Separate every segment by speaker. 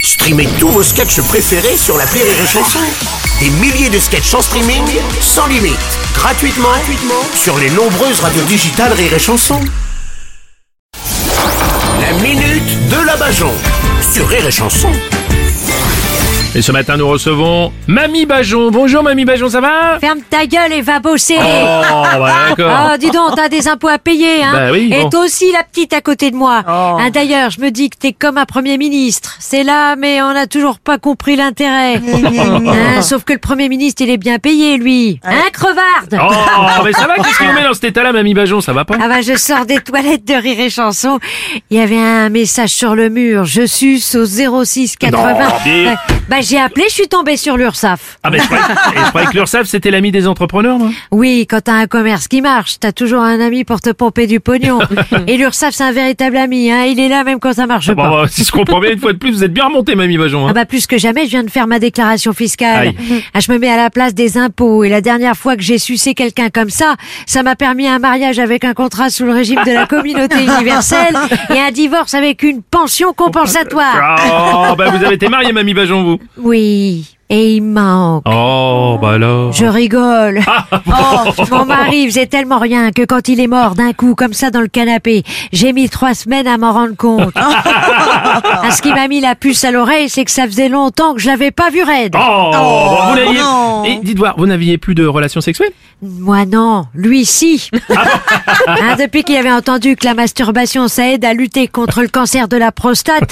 Speaker 1: Streamez tous vos sketchs préférés sur la Rire et Chanson. Des milliers de sketchs en streaming, sans limite, gratuitement, gratuitement sur les nombreuses radios digitales Rire et Chanson. La minute de la Bajon sur Rire et Chanson.
Speaker 2: Et ce matin, nous recevons Mamie Bajon. Bonjour Mamie Bajon, ça va
Speaker 3: Ferme ta gueule et va bosser
Speaker 2: Oh, bah d'accord.
Speaker 3: Ah, dis donc, t'as des impôts à payer, hein
Speaker 2: Bah oui,
Speaker 3: Et
Speaker 2: bon.
Speaker 3: toi aussi, la petite à côté de moi. Hein, D'ailleurs, je me dis que t'es comme un Premier ministre. C'est là, mais on n'a toujours pas compris l'intérêt. Hein, sauf que le Premier ministre, il est bien payé, lui. Hein, crevarde
Speaker 2: Oh, mais ça va Qu'est-ce qui vous met dans cet état-là, Mamie Bajon Ça va pas
Speaker 3: Ah bah, je sors des toilettes de Rire et Chanson. Il y avait un message sur le mur. Je suce au 06 80.
Speaker 2: Non, dis.
Speaker 3: Bah, bah, j'ai appelé, je suis tombée sur l'URSAF.
Speaker 2: Ah, mais je croyais, et je croyais que l'URSSAF, c'était l'ami des entrepreneurs, moi.
Speaker 3: Oui, quand t'as un commerce qui marche, t'as toujours un ami pour te pomper du pognon. Et l'URSSAF, c'est un véritable ami, hein. Il est là même quand ça marche
Speaker 2: Bon,
Speaker 3: pas.
Speaker 2: bah, si je comprends bien, une fois de plus, vous êtes bien remonté, Mamie Bajon.
Speaker 3: Ah
Speaker 2: hein.
Speaker 3: bah plus que jamais, je viens de faire ma déclaration fiscale.
Speaker 2: Aïe.
Speaker 3: Ah, je me mets à la place des impôts. Et la dernière fois que j'ai sucé quelqu'un comme ça, ça m'a permis un mariage avec un contrat sous le régime de la communauté universelle et un divorce avec une pension compensatoire.
Speaker 2: Oh, bah ah. vous avez été marié, Mamie Bajon, vous.
Speaker 3: Oui, et il manque.
Speaker 2: Oh, bah alors.
Speaker 3: Je rigole. Oh, mon mari faisait tellement rien que quand il est mort d'un coup, comme ça dans le canapé, j'ai mis trois semaines à m'en rendre compte. Ah, ce qui m'a mis la puce à l'oreille, c'est que ça faisait longtemps que je l'avais pas vu raide.
Speaker 2: Oh, bah, vous l'aviez-
Speaker 4: non.
Speaker 2: Et dites voir, vous n'aviez plus de relations sexuelles
Speaker 3: Moi non, lui si. Hein, depuis qu'il avait entendu que la masturbation ça aide à lutter contre le cancer de la prostate,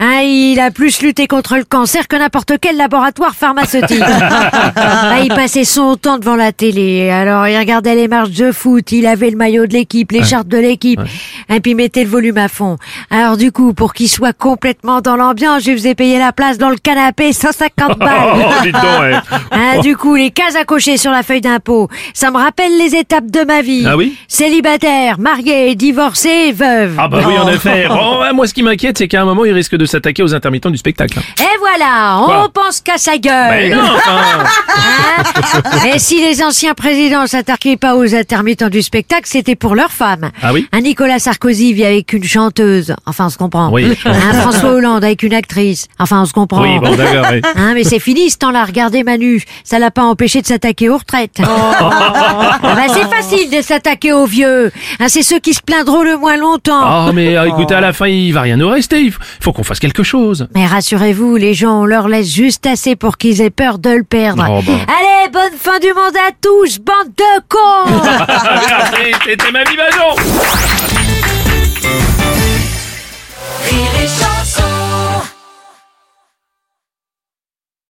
Speaker 3: hein, il a plus lutté contre le cancer que n'importe quel laboratoire pharmaceutique. Bah, il passait son temps devant la télé. Alors il regardait les marches de foot, il avait le maillot de l'équipe, les chartes de l'équipe, et puis il mettait le volume à fond. Alors du coup, pour qu'il soit complètement dans l'ambiance, je lui faisais payer la place dans le canapé 150 balles.
Speaker 2: Oh, dites donc, ouais.
Speaker 3: Ah, du coup, les cases à cocher sur la feuille d'impôt, ça me rappelle les étapes de ma vie.
Speaker 2: Ah oui
Speaker 3: Célibataire, marié, divorcé, veuve.
Speaker 2: Ah, bah oui, en effet. Bon, ouais, moi, ce qui m'inquiète, c'est qu'à un moment, il risque de s'attaquer aux intermittents du spectacle.
Speaker 3: Et voilà, on
Speaker 2: Quoi Bah,
Speaker 3: pense qu'à sa
Speaker 2: Mais
Speaker 3: gueule.
Speaker 2: non, enfin.
Speaker 3: Hein Et si les anciens présidents s'attaquaient pas aux intermittents du spectacle, c'était pour leurs femmes.
Speaker 2: Ah oui
Speaker 3: Un Nicolas Sarkozy vit avec une chanteuse. Enfin, on se comprend.
Speaker 2: Oui.
Speaker 3: Un François Hollande avec une actrice. Enfin, on se comprend.
Speaker 2: Oui, bon, d'accord, oui.
Speaker 3: Hein, mais c'est fini ce temps-là, regardez Manu. Ça l'a pas empêché de s'attaquer aux
Speaker 2: Oh.
Speaker 3: retraites. Ah bah, c'est facile de s'attaquer aux vieux. Hein, c'est ceux qui se plaindront le moins longtemps.
Speaker 2: Ah mais euh, écoutez, à la fin, il va rien nous rester. Il f- faut qu'on fasse quelque chose.
Speaker 3: Mais rassurez-vous, les gens, on leur laisse juste assez pour qu'ils aient peur de le perdre.
Speaker 2: Oh, bah.
Speaker 3: Allez, bonne fin du monde à tous, bande de cons
Speaker 2: Merci, c'était ma vie, Bajon
Speaker 5: Rire et chanson.